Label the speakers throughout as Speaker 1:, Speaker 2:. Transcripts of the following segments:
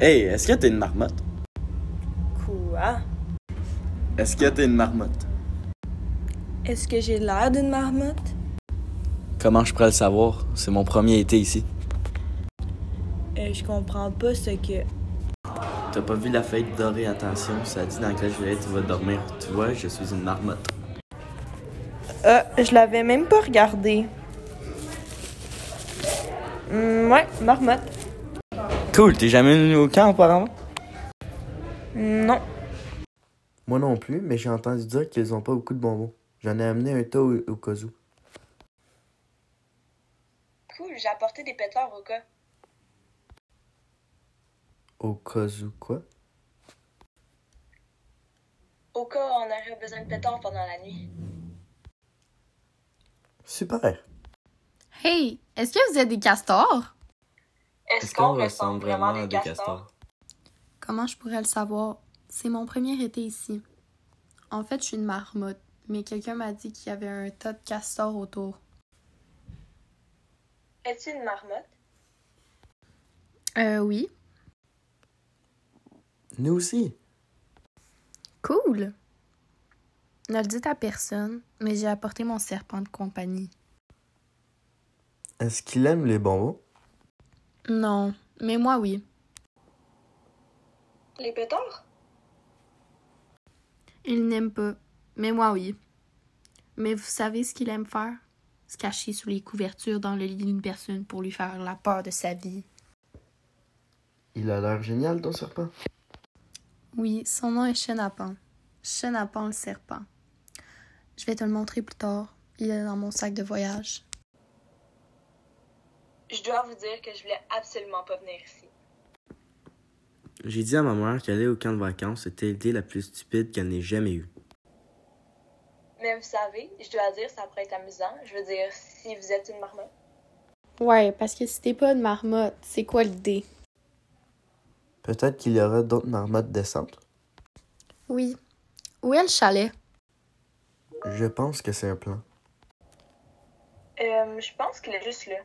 Speaker 1: Hey, est-ce que t'es une marmotte?
Speaker 2: Quoi?
Speaker 1: Est-ce que t'es une marmotte?
Speaker 2: Est-ce que j'ai l'air d'une marmotte?
Speaker 1: Comment je pourrais le savoir? C'est mon premier été ici.
Speaker 2: Euh, je comprends pas ce que.
Speaker 1: T'as pas vu la feuille dorée, attention, ça dit dans quel gilet tu vas dormir. Tu vois, je suis une marmotte.
Speaker 2: Ah, je l'avais même pas regardé. Hum, ouais, marmotte.
Speaker 1: Cool, t'es jamais venu au camp apparemment?
Speaker 2: Non.
Speaker 3: Moi non plus, mais j'ai entendu dire qu'ils ont pas beaucoup de bonbons. J'en ai amené un tas au, au cas où.
Speaker 4: Cool, j'ai apporté des pétards au cas.
Speaker 3: Au cas où quoi?
Speaker 4: Au cas où on aurait besoin de pétards pendant la nuit.
Speaker 3: Super!
Speaker 5: Hey, est-ce que vous êtes des castors?
Speaker 4: Est-ce qu'on ressemble vraiment à des castors?
Speaker 5: Comment je pourrais le savoir? C'est mon premier été ici. En fait, je suis une marmotte, mais quelqu'un m'a dit qu'il y avait un tas de castors autour.
Speaker 4: Es-tu une marmotte?
Speaker 5: Euh, oui.
Speaker 3: Nous aussi!
Speaker 5: Cool! Ne le dites à personne, mais j'ai apporté mon serpent de compagnie.
Speaker 3: Est-ce qu'il aime les bonbons?
Speaker 5: Non, mais moi oui.
Speaker 4: Les pétards?
Speaker 5: Il n'aime pas, mais moi oui. Mais vous savez ce qu'il aime faire? Se cacher sous les couvertures dans le lit d'une personne pour lui faire la peur de sa vie.
Speaker 3: Il a l'air génial ton serpent.
Speaker 5: Oui, son nom est Chenapan. Chenapan le serpent. Je vais te le montrer plus tard. Il est dans mon sac de voyage.
Speaker 4: Je dois vous dire que je voulais absolument pas venir ici.
Speaker 3: J'ai dit à ma mère qu'aller au camp de vacances était l'idée la plus stupide qu'elle n'ait jamais eue.
Speaker 4: Mais vous savez, je dois dire, ça pourrait être amusant. Je veux dire, si vous êtes une marmotte.
Speaker 5: Ouais, parce que si t'es pas une marmotte, c'est quoi l'idée?
Speaker 3: Peut-être qu'il y aura d'autres marmottes décentes.
Speaker 5: Oui. Où est le chalet?
Speaker 3: Je pense que c'est un plan.
Speaker 4: Euh, je pense qu'il est juste là.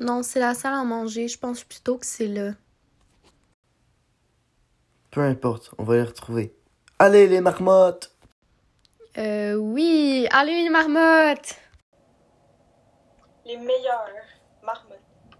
Speaker 5: Non, c'est la salle à manger. Je pense plutôt que c'est là.
Speaker 3: Peu importe, on va les retrouver. Allez les marmottes!
Speaker 5: Euh, oui! Allez, une marmotte!
Speaker 4: Les meilleurs marmottes.